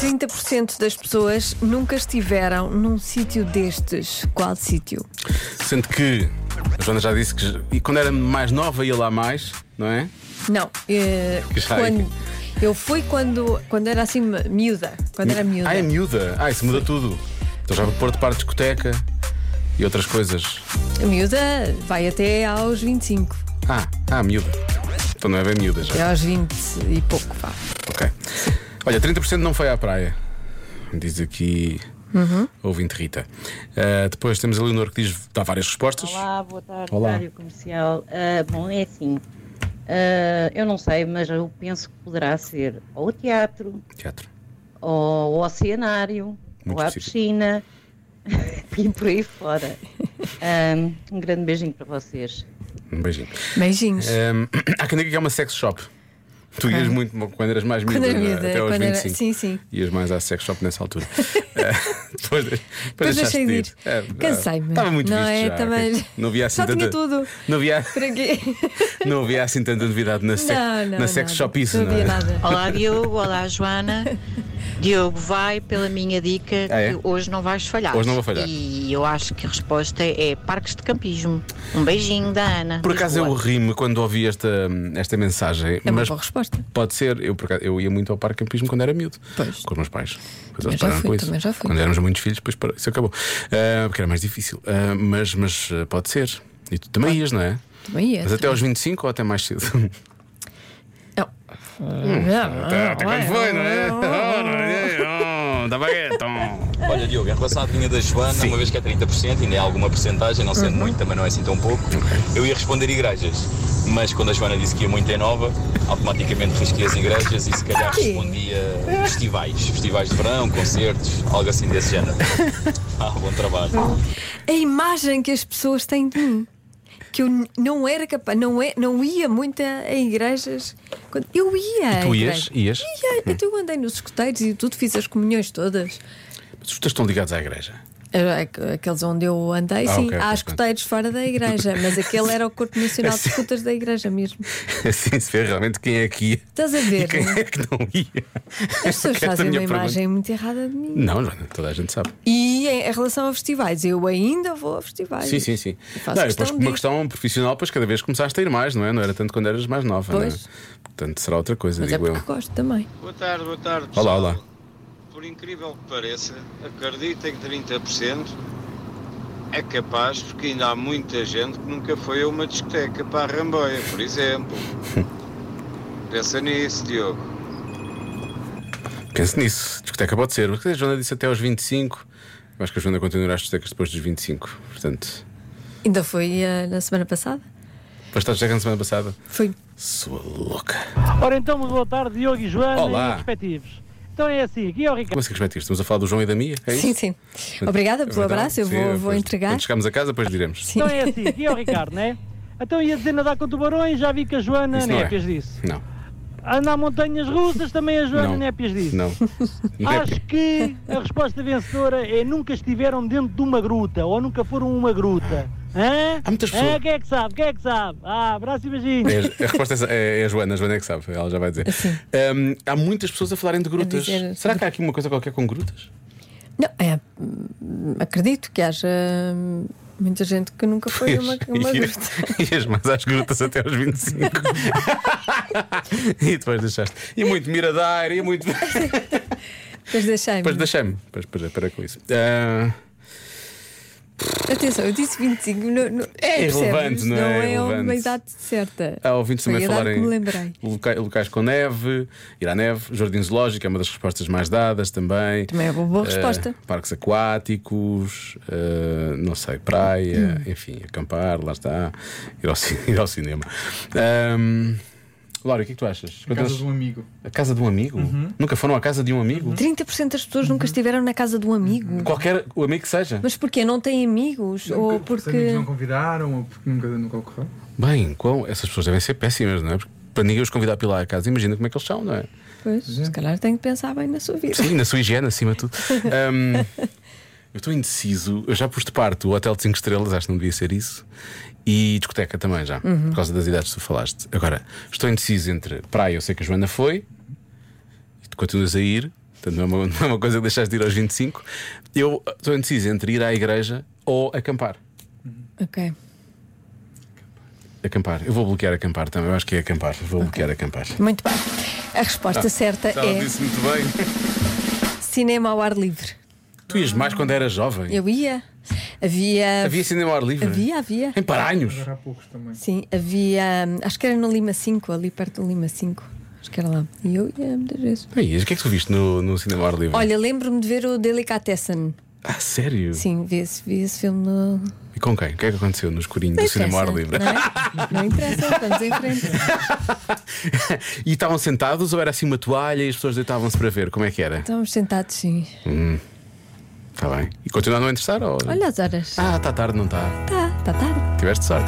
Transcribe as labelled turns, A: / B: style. A: 30% das pessoas nunca estiveram num sítio destes. Qual sítio?
B: Sendo que a Joana já disse que e quando era mais nova ia lá mais, não é?
A: Não. eh,
B: Que está
A: quando-
B: aí.
A: eu fui quando, quando era assim miúda. Quando era miúda.
B: Ah, é miúda. Ah, isso muda tudo. Então já vou pôr de parte discoteca e outras coisas.
A: A miúda vai até aos 25.
B: Ah, ah, miúda. Então não é bem miúda já.
A: Até aos 20 e pouco, vá.
B: Ok. Olha, 30% não foi à praia. Diz aqui.
A: Uhum.
B: Ouvinte Rita. Ah, depois temos a Leonor que diz, dá várias respostas.
C: Olá, boa tarde,
B: Olá.
C: Rádio Comercial. Ah, bom, é assim. ah, eu não sei, mas eu penso que poderá ser ou o teatro,
B: Teatro.
C: ou o oceanário,
B: Muito
C: ou a
B: específico.
C: piscina e por aí fora. Ah, um grande beijinho para vocês.
B: Um beijinho.
A: Beijinhos.
B: Ahm, há quem diga que é uma sex shop. Tu ias muito quando eras mais miúda,
A: Quando era
B: não é?
A: miúda,
B: até aos
A: quando era-
B: 25.
A: sim, sim.
B: Ias mais à sex shop nessa altura. Ah, depois, depois,
A: Depois deixei
B: deixaste
A: de ir.
B: É,
A: Cansei-me.
B: Estava muito
A: Não
B: visto
A: é?
B: já.
A: Também-
B: ok? Não havia assim
A: Já
B: tanta,
A: tinha tudo.
B: Não havia,
A: Para quê?
B: não havia assim tanta novidade na, sex-
A: não, não.
B: na sex
A: nada.
B: shop isso,
A: Não
B: não,
A: havia
B: é?
A: nada.
D: Olá Diogo, olá Joana. Diogo, vai pela minha dica
B: Ah, é?
D: que hoje não vais falhar.
B: Hoje não vou falhar.
D: E eu acho que a resposta é parques de campismo. Um beijinho da Ana.
B: Por acaso eu
D: Lisboa.
B: ri-me quando ouvi esta, esta mensagem.
A: É uma
B: mas
A: boa resposta.
B: Pode ser, eu, por acaso- eu ia muito ao parque de campismo quando era miúdo,
A: Pois.
B: com os meus pais. Depois
A: Também
B: eles
A: já
B: pararam
A: fui,
B: com isso.
A: também já fui.
B: Quando éramos muitos filhos, depois parou. isso acabou. Ah, porque era mais difícil. Ah, mas, mas ah, pode ser. E tu também ias, não é?
A: Também é.
B: Mas até aos 25 ou até mais cedo?
A: Não. Não, não, não,
B: é?
A: não,
B: Da baguete. oh.
E: Olha, Diogo, em relação à adivinha da Joana, uma vez que é 30%, ainda é alguma porcentagem, não sendo muito, também não é assim tão pouco, eu ia responder igrejas. Mas quando a Joana disse que ia muito em nova, automaticamente risquei as igrejas e se calhar respondia festivais. Festivais de verão, concertos, algo assim desse género. Ah, bom trabalho.
A: a imagem que as pessoas têm de mim. Que eu n- não era capaz, não, é, não ia muito a, a igrejas. Quando- Eu ia.
B: Tu
A: a
B: ias?
A: igreja.
B: Ias? Hum.
A: Ia, até eu andei nos escuteiros e tudo, fiz as comunhões todas.
B: Mas Os teus estão ligados à igreja.
A: Era aqu- Aqueles onde eu andei,
B: Ah,
A: sim,
B: ok, É
A: há
B: ok,
A: escuteiros fora da igreja, mas aquele era o Corpo Nacional de Escutas da Igreja mesmo.
B: Assim se vê realmente quem é que ia
A: Estás a
B: e
A: ver?
B: quem
A: não é?
B: é que não ia.
A: As pessoas
B: Esta é a
A: fazem uma
B: minha
A: imagem
B: pergunta.
A: muito errada de mim.
B: Não, Joana, toda a gente sabe.
A: E em em relação a festivais, eu ainda vou a festivais.
B: Sim, sim, sim.
A: É Eu faço
B: Não, e
A: questão
B: depois,
A: de
B: por uma
A: ir.
B: questão profissional, depois cada vez começaste a ir mais, não é? Não era tanto quando eras mais nova, não é?
A: Pois.
B: Portanto, será outra coisa,
A: Mas é
B: digo
A: porque
B: eu.
A: gosto também.
F: Boa tarde, boa tarde.
B: Olá,
F: pessoal.
B: olá.
F: Por incrível que pareça, acreditem que 30% é capaz, porque ainda há muita gente que nunca foi a uma discoteca para a Ramboia, por exemplo. Pensa nisso, Diogo.
B: Pense nisso, discoteca pode ser. Porque a Joana disse até aos 25. Eu acho que a Joana continuará as discotecas depois dos 25. Portanto,
A: Ainda foi eh, na semana passada.
B: depois estás chegando na semana passada.
A: Foi
B: Sua louca.
G: Ora então, muito boa tarde, Diogo e Joana
B: Olá.
G: e os respectivos. Então é assim, aqui é o Ricardo.
B: Como é que se mete isto? Estamos a falar do João e da Mia? É isso?
A: Sim, sim. Obrigada pelo
B: Então,
A: abraço, eu
B: sim,
A: vou, vou
B: depois-
A: entregar.
B: Quando chegarmos a casa, depois diremos.
A: Sim.
G: Então é assim, aqui é o Ricardo, né? Então ia dizer nadar com tubarões, já vi que a Joana
B: Isso não é.
G: Népias disse.
B: Não.
G: Andar montanhas russas, também a Joana
B: Não.
G: Népias disse.
B: Não.
G: Acho que a resposta vencedora é nunca estiveram dentro de uma gruta ou nunca foram uma gruta. Hã?
B: Há muitas pessoas-
G: Hã? Quem é que sabe? Quem é que sabe? Ah, abraço e beijinho.
B: É, a resposta é essa- é, é a Joana, a Joana é que sabe, ela já vai dizer. Hum, há muitas pessoas a falarem de grutas.
A: dizer-
B: Será que há aqui uma coisa qualquer com grutas?
A: Não, é, hum, acredito que haja hum, muita gente que nunca foi a uma, a uma
B: Ias-
A: gruta.
B: Ias mais às grutas até aos 25. e depois deixaste. E muito Miradaire, e muito. Depois
A: Depois deixei-me.
B: deixei-me. Depois, depois, é para com isso. Ah,
A: Atenção, eu disse 25. Não, não,
B: É
A: percebes?
B: irrelevante, não é?
A: Não é
B: Irrelevante. Ah.
A: uma idade certa.
B: há ouvintes também
A: Foi
B: a
A: a idade
B: falarem
A: que me lembrei.
B: loca- locais com neve, ir à neve, jardim zoológico é uma das respostas mais dadas também.
A: Também é uma boa
B: Ah,
A: resposta.
B: parques aquáticos, ah, não sei, praia,
A: Hum.
B: enfim, acampar, lá está, ir ao, ci- ir ao cinema. Um, Laura, o que é que tu achas?
H: A casa de um Uhum. amigo.
B: A casa de um amigo? Nunca foram à casa de um amigo?
A: 30% das pessoas
B: Uhum.
A: nunca estiveram na casa de um amigo.
B: Qualquer o amigo que seja.
A: Mas porquê? Não têm amigos? Ou
H: Nunca- Os
A: porque.
H: amigos não convidaram ou porque nunca, nunca ocorreu.
B: Bem, qual, essas pessoas devem ser péssimas, não é? Porque para ninguém os convidar para ir lá à casa, imagina como é que eles são, não é?
A: Pois, se calhar têm que pensar bem na sua vida.
B: Sim, na sua higiene, acima de tudo. Ahm, eu estou indeciso, eu já pus de parte o Hotel de 5 Estrelas, acho que não devia ser isso, e discoteca também já,
A: Uhum.
B: por causa das idades que tu falaste. Agora, estou indeciso entre praia, eu sei que a Joana foi, e tu continuas a ir, Portanto, não é uma, não é uma coisa que deixaste de ir aos 25. Eu ah, estou indeciso entre ir à igreja ou acampar.
A: Ok.
B: Acampar. Eu vou bloquear acampar também. Eu acho que é acampar. Vou bloquear acampar.
A: Muito bem. A resposta certa
B: Ela
A: é
B: Ah, disse muito bem.
A: cinema ao ar livre.
B: Tu ias mais quando eras jovem.
A: Eu ia. Havia.
B: Havia cinema ao ar livre?
A: Havia, havia.
B: Em Paranhos?
H: Agora há poucos também.
A: Sim, havia. hum, Acho que era no Lima 5, ali perto do Lima 5. Acho que era lá. E eu ia muitas vezes.
B: Aí, o que é que tu viste no, no cinema ao ar livre?
A: Olha, lembro-me de ver o Delicatessen.
B: Ah, sério?
A: Sim, vi esse, vi esse filme no.
B: E com quem? O que é que aconteceu no escurinho
A: Não
B: do cinema ao ar
A: interessa,
B: livre?
A: Não, é? Não interessa, vamos em frente.
B: e estavam sentados ou era assim uma toalha e as pessoas deitavam-se para ver? Como é que era?
A: Estávamos sentados, sim.
B: Está bem. E continua a não interessar? Ou...
A: Olha as horas.
B: Ah, está tarde, não está.
A: Tá, tá tarde.
B: Tiveste sorte.